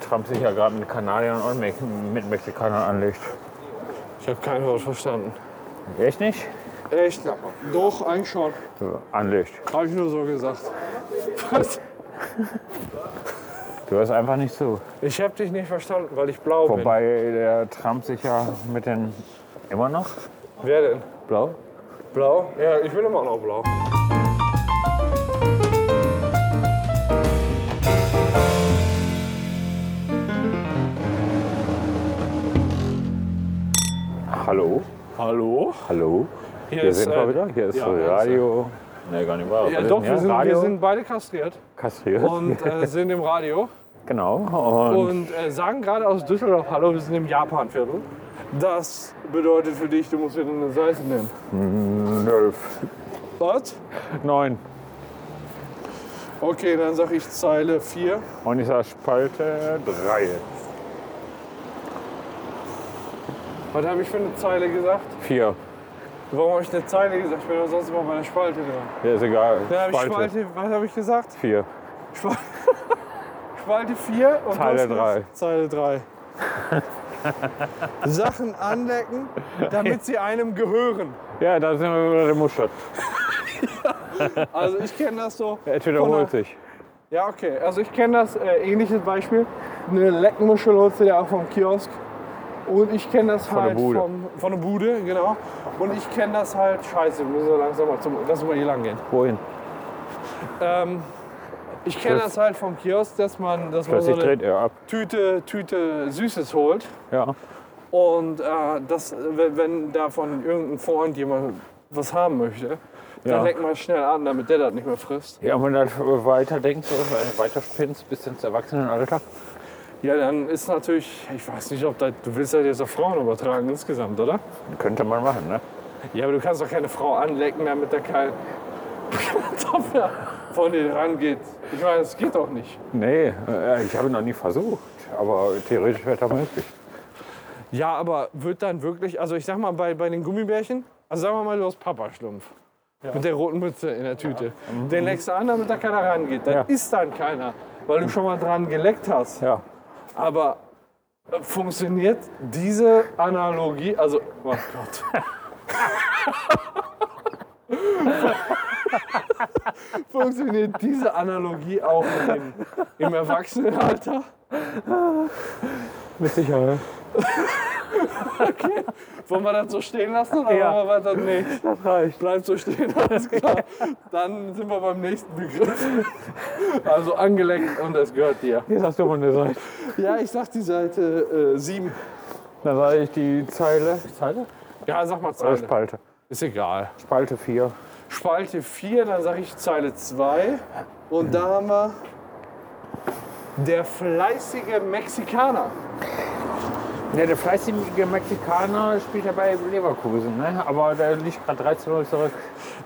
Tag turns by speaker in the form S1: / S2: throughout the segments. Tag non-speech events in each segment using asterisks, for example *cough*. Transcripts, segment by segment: S1: Trump sich ja gerade mit Kanadiern und Mex mit Mexikanern anlegt.
S2: Ich habe kein Wort verstanden.
S1: Echt nicht?
S2: Echt? Doch, eigentlich schon.
S1: So, Anlegt.
S2: Habe ich nur so gesagt. Was?
S1: Du hörst einfach nicht zu.
S2: Ich habe dich nicht verstanden, weil ich blau
S1: Wobei der Trump sich ja mit den. Immer noch?
S2: bin. Wer denn?
S1: Blau?
S2: Blau? Ja, ich bin immer noch blau.
S1: Hallo?
S2: Hallo?
S1: Hallo?
S2: Hier,
S1: Hier
S2: ist,
S1: sind
S2: äh,
S1: wir wieder. Hier ist
S2: ja,
S1: Radio. Nee, gar nicht wahr.
S2: Ja, doch, wir sind, wir
S1: Radio
S2: sind beide kastriert
S1: kastriert.
S2: und
S1: *laughs*
S2: äh, sind im Radio
S1: genau. Und,
S2: und äh, sagen gerade aus Düsseldorf Hallo, wir sind im Japanviertel. Das bedeutet für dich, du musst wieder eine Seite nehmen.
S1: zwölf.
S2: Was?
S1: Neun.
S2: Okay, dann sag ich Zeile 4.
S1: Und ich sage Spalte drei.
S2: Was habe ich für eine Zeile gesagt?
S1: Vier.
S2: Warum habe ich eine Zeile gesagt? Ich bin doch sonst immer bei der Spalte dran.
S1: Ja, ist egal.
S2: Dann habe ich Spalte, was habe ich gesagt?
S1: Vier.
S2: Spal- Spalte 4 und
S1: Zeile
S2: du hast gesagt,
S1: drei. *laughs*
S2: Zeile 3. Sachen anlecken, damit sie einem gehören.
S1: Ja, da sind wir wieder der Muschert.
S2: Also ich kenne das so.
S1: Es
S2: von der-
S1: wiederholt sich.
S2: Ja, okay. Also ich kenne das äh, ähnliches Beispiel. Eine Leckmuschel holst du dir auch vom Kiosk. Und ich kenne das
S1: der
S2: halt
S1: Bude.
S2: Vom, von der Bude, genau. Und ich kenne das halt, scheiße, wir müssen so langsam mal zum, lass uns mal hier lang gehen.
S1: Wohin?
S2: Ähm, ich kenne
S1: Plötz-
S2: das halt vom Kiosk, dass man, dass man so
S1: Plötzlich
S2: eine
S1: dreht er ab.
S2: Tüte, Tüte Süßes holt.
S1: Ja.
S2: Und äh, das, wenn, wenn davon irgendein Freund jemand was haben möchte,
S1: Ja.
S2: dann leckt man schnell an, damit der das nicht mehr frisst.
S1: Ja, wenn du das weiterdenkst, äh, weiterspinnst bis ins Erwachsenenalter.
S2: Ja, dann ist natürlich, ich weiß nicht, ob das, du willst das jetzt auf Frauen übertragen insgesamt, oder?
S1: Könnte man machen, ne?
S2: Ja, aber du kannst doch keine Frau anlecken, damit da kein *laughs* Kartoffel von dir rangeht. Ich meine, das geht doch nicht.
S1: Nee, äh, ich habe noch nie versucht. Aber theoretisch wäre das möglich.
S2: Ja, aber wird dann wirklich, also ich sag mal, bei, bei den Gummibärchen, also sagen wir mal, du hast Papaschlumpf. Mit der roten Mütze in der Tüte. Den leckst du an, damit da keiner rangeht. Dann
S1: Mhm. Ja.
S2: ist dann keiner, weil du schon mal dran geleckt hast.
S1: Ja.
S2: Aber äh, funktioniert diese Analogie, also, oh Gott. *laughs* funktioniert diese Analogie auch im, im Erwachsenenalter?
S1: Mit Sicherheit.
S2: Wollen wir das so stehen lassen oder
S1: Ja.
S2: wollen wir das nicht?
S1: Das reicht.
S2: Bleibt so stehen, alles klar. Dann sind wir beim nächsten Begriff. Also angeleckt und es gehört dir.
S1: Hier sagst du mal eine Seite.
S2: Ja, ich sag die Seite äh, 7.
S1: Dann sage ich die Zeile. Zeile?
S2: ja, sag mal
S1: Oder
S2: Zeile.
S1: Spalte.
S2: Ist egal.
S1: Spalte 4.
S2: Spalte 4, dann sag ich Zeile 2. Und da haben wir der fleißige Mexikaner.
S1: Ja, der fleißige Mexikaner spielt ja bei Leverkusen, ne? Aber der liegt gerade 13 zurück.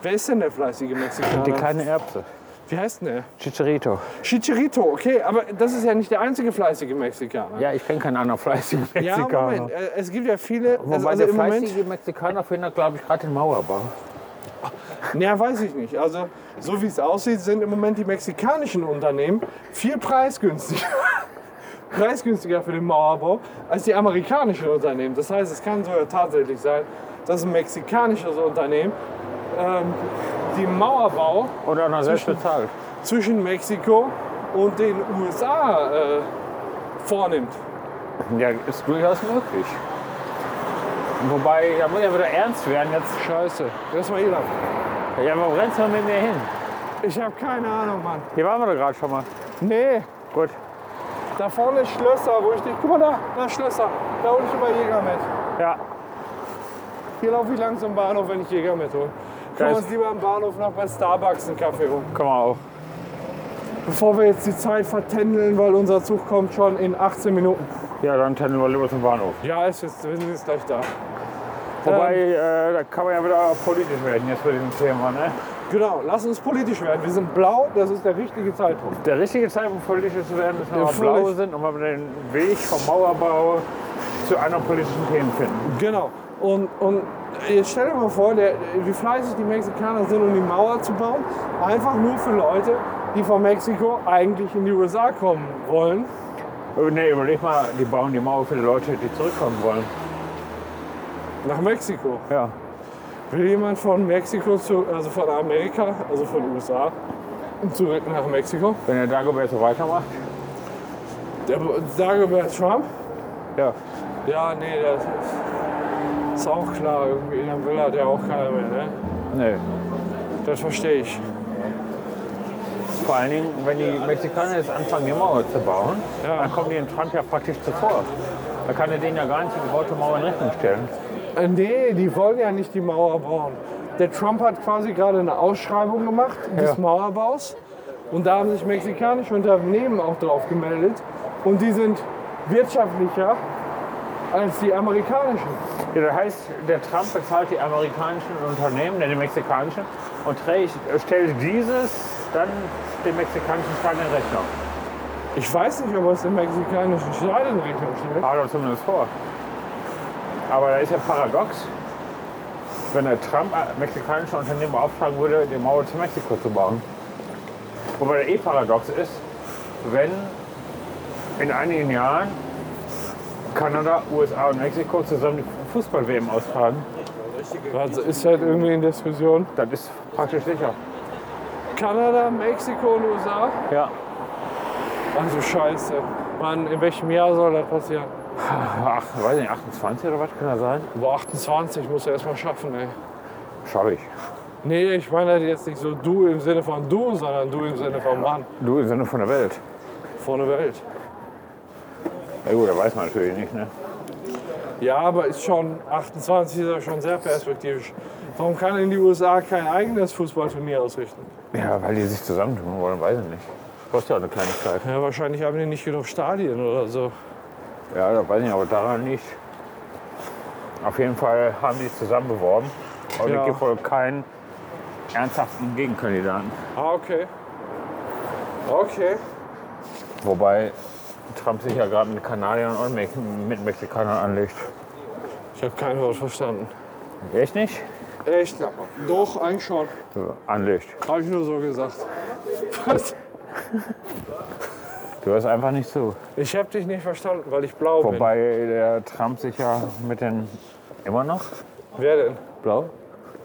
S2: Wer ist denn der fleißige
S1: Die
S2: Mexikaner?
S1: kleine Erbse.
S2: Wie heißt denn der?
S1: Chicharito.
S2: Chicharito, okay, aber das ist ja nicht der einzige fleißige Mexikaner.
S1: Ja, ich kenne keinen anderen fleißigen
S2: Ja,
S1: Mexikaner.
S2: Moment, äh, es gibt ja viele.
S1: Wobei
S2: also, also
S1: der
S2: im Moment,
S1: fleißige Mexikaner verhindert, glaube ich, gerade den Mauerbau.
S2: Naja, weiß ich nicht. Also, so wie es aussieht, sind im Moment die mexikanischen Unternehmen viel preisgünstiger, *laughs* preisgünstiger für den Mauerbau als die amerikanischen Unternehmen. Das heißt, es kann sogar tatsächlich sein, dass ein mexikanisches Unternehmen ähm, den Mauerbau
S1: Oder noch selbst bezahlt.
S2: zwischen Mexiko und den USA äh, vornimmt.
S1: Ja, ist durchaus möglich. Wobei, da muss ja wieder ernst werden jetzt.
S2: Scheiße. Lass mal hier lang.
S1: Ja, warum rennst du mit mir hin?
S2: Ich habe keine Ahnung, Mann.
S1: Hier waren wir doch gerade schon mal.
S2: Nee,
S1: Gut.
S2: da vorne ist Schlösser, wo ich dich. Guck mal da, da ist Schlösser. Da hol ich immer Jäger mit.
S1: Ja,
S2: Hier laufe ich lang zum Bahnhof, wenn ich Jäger mithole. Können
S1: Geil.
S2: wir uns lieber am Bahnhof noch bei Starbucks einen Kaffee holen.
S1: komm mal auf.
S2: Bevor wir jetzt die Zeit vertändeln, weil unser Zug kommt schon in 18 Minuten.
S1: Ja, dann tendeln wir lieber zum Bahnhof.
S2: Ja, ist jetzt, wir sind jetzt gleich da. Ähm.
S1: Wobei, äh, da kann man ja wieder politisch werden jetzt bei diesem Thema, ne?
S2: Genau, lass uns politisch werden. Wir sind blau, das ist der richtige Zeitpunkt.
S1: Der richtige Zeitpunkt, politisch zu werden, ist, wenn wir
S2: Ja,
S1: mal blau
S2: vielleicht.
S1: sind und wir den Weg vom Mauerbau zu anderen politischen Themen finden.
S2: Genau. Und, und jetzt stell dir mal vor, der, wie fleißig die Mexikaner sind, um die Mauer zu bauen. Einfach nur für Leute, die von Mexiko eigentlich in die USA kommen wollen.
S1: Oh, nee, überleg mal, die bauen die Mauer für die Leute, die zurückkommen wollen.
S2: Nach Mexiko.
S1: Ja.
S2: Will jemand von Mexiko zu, also von Amerika, also von USA, zurück nach Mexiko?
S1: Wenn der Dagobert so weitermacht.
S2: Der Dagobert Trump?
S1: Ja.
S2: Ja, nee, das ist auch klar. Irgendwie, dann will er der auch keiner mehr, ne?
S1: Nee.
S2: Das verstehe ich.
S1: Vor allen Dingen, wenn die Mexikaner jetzt anfangen, die Mauer zu bauen,
S2: Ja.
S1: dann kommen die in Trump ja praktisch zuvor. Da kann er denen ja gar nicht die gebaute Mauer in Rechnung stellen.
S2: Äh, Nee, die wollen ja nicht die Mauer bauen. Der Trump hat quasi gerade eine Ausschreibung gemacht des
S1: Ja.
S2: Mauerbaus. Und da haben sich mexikanische Unternehmen auch drauf gemeldet. Und die sind wirtschaftlicher als die amerikanischen.
S1: Ja, das heißt, der Trump bezahlt die amerikanischen Unternehmen, äh, die mexikanischen, und trägt, stellt dieses dann den mexikanischen Staat in Rechnung.
S2: Ich weiß nicht, ob es im mexikanischen Staat in Rechnung steht.
S1: Hat er zumindest vor. Aber da ist ja paradox, wenn der Trump äh, mexikanische Unternehmen beauftragen würde, die Mauer zu Mexiko zu bauen. Wobei der eh paradox ist, wenn in einigen Jahren Kanada, USA und Mexiko zusammen die Fußball-WM austragen.
S2: Das ist halt irgendwie in Diskussion.
S1: Das ist praktisch sicher.
S2: Kanada, Mexiko und USA.
S1: Ja.
S2: Also scheiße. Mann, in welchem Jahr soll das passieren?
S1: Ach, weiß nicht, 28 oder was kann das sein?
S2: Boah, 28 muss er erstmal schaffen, ey.
S1: Schaffe ich.
S2: Nee, ich meine halt jetzt nicht so du im Sinne von du, sondern du im Sinne von Mann.
S1: Du, im Sinne von der Welt.
S2: Vor der Welt.
S1: Ja gut, das weiß man natürlich nicht, ne?
S2: Ja, aber ist schon, 28 ist ja schon sehr perspektivisch. Warum kann in die USA kein eigenes Fußballturnier ausrichten?
S1: Ja, weil die sich zusammentun wollen, weiß ich nicht. Kostet ja auch eine Kleinigkeit.
S2: Ja, wahrscheinlich haben die nicht genug Stadien oder so.
S1: Ja, da weiß ich nicht, aber daran nicht. Auf jeden Fall haben die es zusammen beworben. Aber
S2: Ja.
S1: es gibt wohl keinen ernsthaften Gegenkandidaten.
S2: Ah, okay. Okay.
S1: Wobei Trump sich ja gerade mit Kanadiern und Mex mit Mexikanern anlegt.
S2: Ich habe kein Wort verstanden.
S1: Echt nicht?
S2: Echt? Doch, eigentlich schon.
S1: So, Anlegt.
S2: Habe ich nur so gesagt. Was?
S1: Du hörst einfach nicht zu.
S2: Ich habe dich nicht verstanden, weil ich blau
S1: Wobei der Trump sich ja mit den... Immer noch?
S2: bin. Wer denn?
S1: Blau?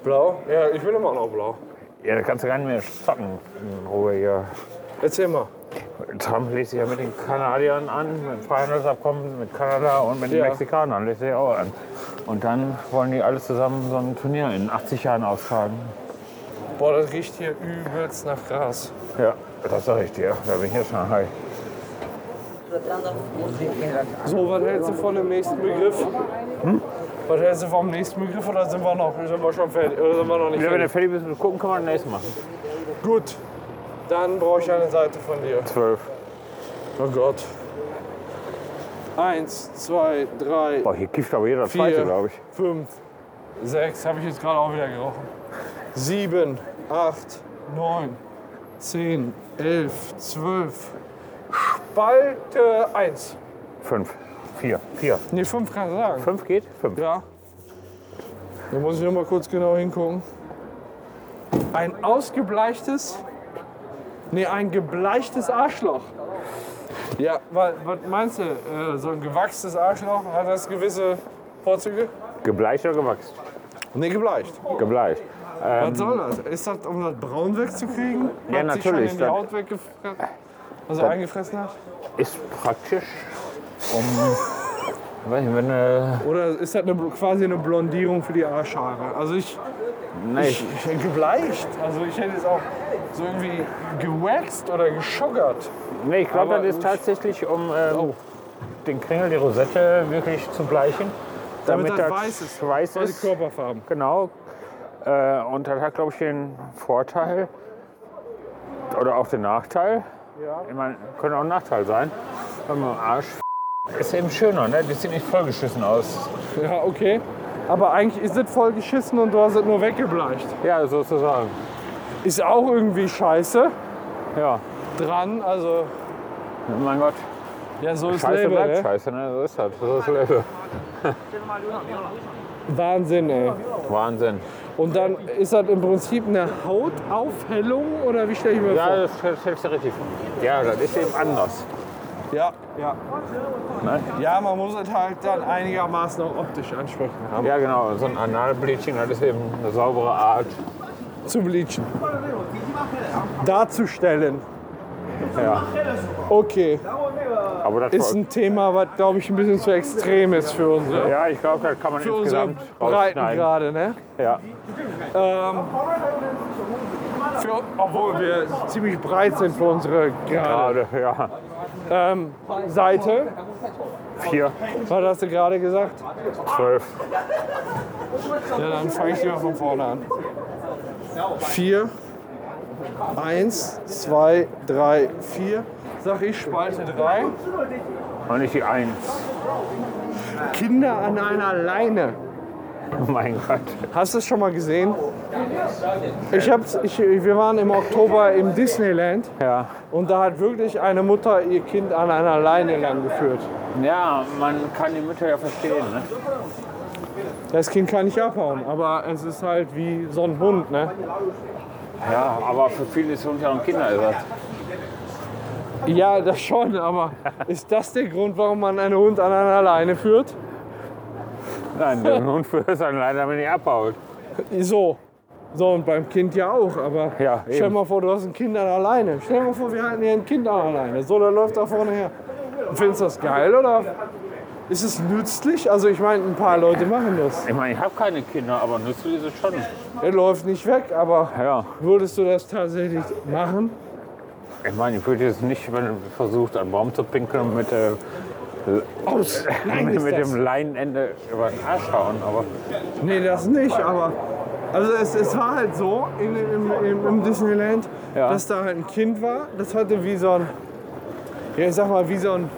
S2: Blau? Ja, ich bin immer noch blau.
S1: Ja, da kannst du gar nicht mehr zocken in Ruhe hier.
S2: Erzähl mal.
S1: Trump lädt sich ja mit den Kanadiern an, mit dem Freihandelsabkommen mit Kanada und mit den
S2: Ja.
S1: Mexikanern lädt sich auch an. Und dann wollen die alle zusammen so ein Turnier in 80 Jahren austragen.
S2: Boah, das riecht hier übelst nach Gras.
S1: Ja, das sag ich dir. Da bin ich ja schon high.
S2: So, was hältst du von dem nächsten Begriff? Hm? Was hältst du vom nächsten Begriff oder sind wir noch? Sind wir schon fertig? Oder sind wir noch nicht
S1: Ja, wenn der
S2: fertig?
S1: fertig ist mit Gucken, kann man den nächsten machen.
S2: Gut. Dann brauche ich eine Seite von dir.
S1: 12.
S2: Oh Gott. Eins, zwei, drei,
S1: Boah, hier kifft aber jeder Zweite,
S2: vier,
S1: glaube ich.
S2: fünf, sechs. Habe ich jetzt gerade auch wieder gerochen. Sieben, acht, neun, zehn, elf, zwölf. Spalte eins.
S1: 5. 4. 4.
S2: Nee, fünf kann ich sagen.
S1: 5 geht? 5.
S2: Ja. Da muss ich noch mal kurz genau hingucken. Ein ausgebleichtes. Nee, ein gebleichtes Arschloch. Ja, wa- was meinst du? Äh, so ein gewachstes Arschloch hat das gewisse Vorzüge?
S1: Gebleicht oder gewachst?
S2: Nee, gebleicht.
S1: Gebleicht.
S2: Was soll das? Ist das, um das braun wegzukriegen?
S1: Ja,
S2: Hat sich schon
S1: natürlich,
S2: in die
S1: dann-
S2: Haut weggefressen? Also eingefressen hat?
S1: Ist praktisch, um. Weiß nicht, wenn äh, du.
S2: Oder ist das eine, quasi eine Blondierung für die Arschhaare? Also ich,
S1: Nee, ich-
S2: Ich, gebleicht. Also ich hätte es auch so irgendwie gewaxt oder geschuggert.
S1: Nee, ich glaube,
S2: Aber
S1: das ist
S2: ich- Oh.
S1: tatsächlich, um ähm, den Kringel, die Rosette wirklich zu bleichen.
S2: Damit das
S1: der
S2: weiß ist.
S1: Weiß
S2: Quasi
S1: ist.
S2: Körperfarben.
S1: Genau. Äh, und das hat, glaube ich, den Vorteil oder auch den Nachteil. Ja. Ich meine, könnte auch ein Nachteil sein. Wenn man am Arsch ist eben schöner, ne? Die sieht nicht vollgeschissen aus.
S2: Ja, okay. Aber eigentlich ist es voll geschissen und du hast es nur weggebleicht.
S1: Ja, sozusagen.
S2: Ist auch irgendwie scheiße
S1: Ja.
S2: dran. Also,
S1: Mein Gott.
S2: ja, so ist
S1: Scheiße
S2: Leben.
S1: bleibt
S2: Ne?
S1: scheiße, ne? So ist das. So ist das Leben.
S2: Wahnsinn, ey.
S1: Wahnsinn.
S2: Und dann ist das im Prinzip eine Hautaufhellung oder wie stelle ich mir
S1: Ja,
S2: vor?
S1: das stellst du richtig vor. Ja, das ist eben anders.
S2: Ja, ja. Ne?
S1: Nein?
S2: Ja, man muss es halt dann einigermaßen auch optisch ansprechen haben.
S1: Ja, genau. So ein Analbleaching, das ist eben eine saubere Art.
S2: Zu bleachen. Darzustellen.
S1: Ja.
S2: Okay.
S1: Aber das
S2: Ist ein Thema, was, glaube ich, ein bisschen zu extrem ist für unsere,
S1: Ja, ich glaube, das kann man
S2: für unsere
S1: insgesamt
S2: Breiten
S1: rausschneiden.
S2: gerade, ne?
S1: Ja.
S2: Für, obwohl wir ziemlich breit sind für unsere gerade.
S1: Gerade, ja.
S2: Ähm, Seite,
S1: Vier,
S2: was hast du gerade gesagt?
S1: zwölf.
S2: Ja, dann fange ich lieber von vorne an. Vier, eins, zwei, drei, vier. Sag ich Spalte drei.
S1: Und nicht die Eins.
S2: Kinder an einer Leine.
S1: Oh mein Gott.
S2: Hast du es schon mal gesehen? Ich hab's, ich, wir waren im Oktober im Disneyland
S1: Ja.
S2: und da hat wirklich eine Mutter ihr Kind an einer Leine lang geführt.
S1: Ja, man kann die Mütter ja verstehen. Ne?
S2: Das Kind kann nicht abhauen, aber es ist halt wie so ein Hund, ne?
S1: Ja, aber für viele ist Hund ja ein Kinderersatz.
S2: Ja, das schon, aber ist das der Grund, warum man einen Hund an einer Leine führt?
S1: Nein, der Hund führt es dann leider, wenn er abhaut.
S2: So. So, und beim Kind ja auch, aber
S1: Ja,
S2: stell
S1: eben.
S2: mal vor, du hast ein Kind an der Leine. Stell mal vor, wir halten hier ein Kind an der Leine. So, der läuft da vorne her. Und Findest du das geil oder ist es nützlich? Also, ich meine, ein paar Leute machen das.
S1: Ich meine, ich habe keine Kinder, aber nützlich ist es schon.
S2: Er läuft nicht weg, aber
S1: Ja.
S2: würdest du das tatsächlich machen?
S1: Ich meine, ich würde jetzt nicht, wenn du versuchst, an einen Baum zu pinkeln, mit, äh,
S2: Aus! Nein,
S1: mit,
S2: ist
S1: mit
S2: das.
S1: dem Leinenende über den Arsch hauen. Aber
S2: Nee, das nicht, aber. Also es, es war halt so in, im, im, im Disneyland,
S1: Ja.
S2: dass da halt ein Kind war, das hatte wie so ein, ja ich sag mal, wie so ein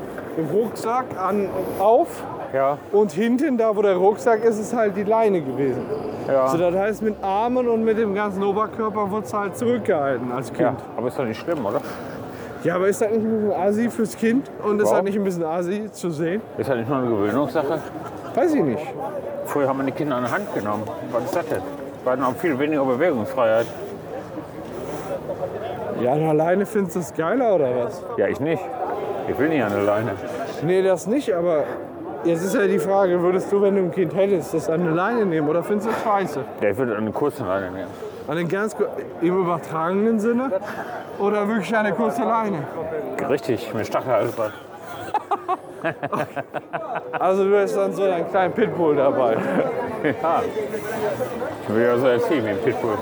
S2: Rucksack an, auf
S1: ja,
S2: und hinten, da wo der Rucksack ist, ist halt die Leine gewesen.
S1: ja.
S2: Also das heißt, mit Armen und mit dem ganzen Oberkörper wurde es halt zurückgehalten als Kind.
S1: ja.
S2: Ja.
S1: Aber ist doch nicht schlimm, oder?
S2: aber ist das nicht ein bisschen assi fürs Kind und ist
S1: Warum?
S2: das nicht ein bisschen assi zu sehen?
S1: Ist ja nicht nur eine Gewöhnungssache.
S2: Weiß ich nicht.
S1: Früher haben wir die Kinder an der Hand genommen. Was ist das denn? Wir hatten auch viel weniger Bewegungsfreiheit.
S2: Ja, an der Leine findest du es geiler oder was?
S1: Ja, ich nicht. Ich will nicht an der Leine.
S2: Nee, das nicht, aber jetzt ist ja die Frage, würdest du, wenn du ein Kind hättest, das an eine Leine nehmen oder findest du das scheiße?
S1: Ja, ich würde eine kurze Leine nehmen.
S2: An den ganz kur- im übertragenen Sinne oder wirklich eine kurze Leine?
S1: Richtig, mit Stachelhalsband.
S2: Also du hättest dann so einen kleinen Pitbull dabei.
S1: Ich will ja so erziehen wie ein Pitbull.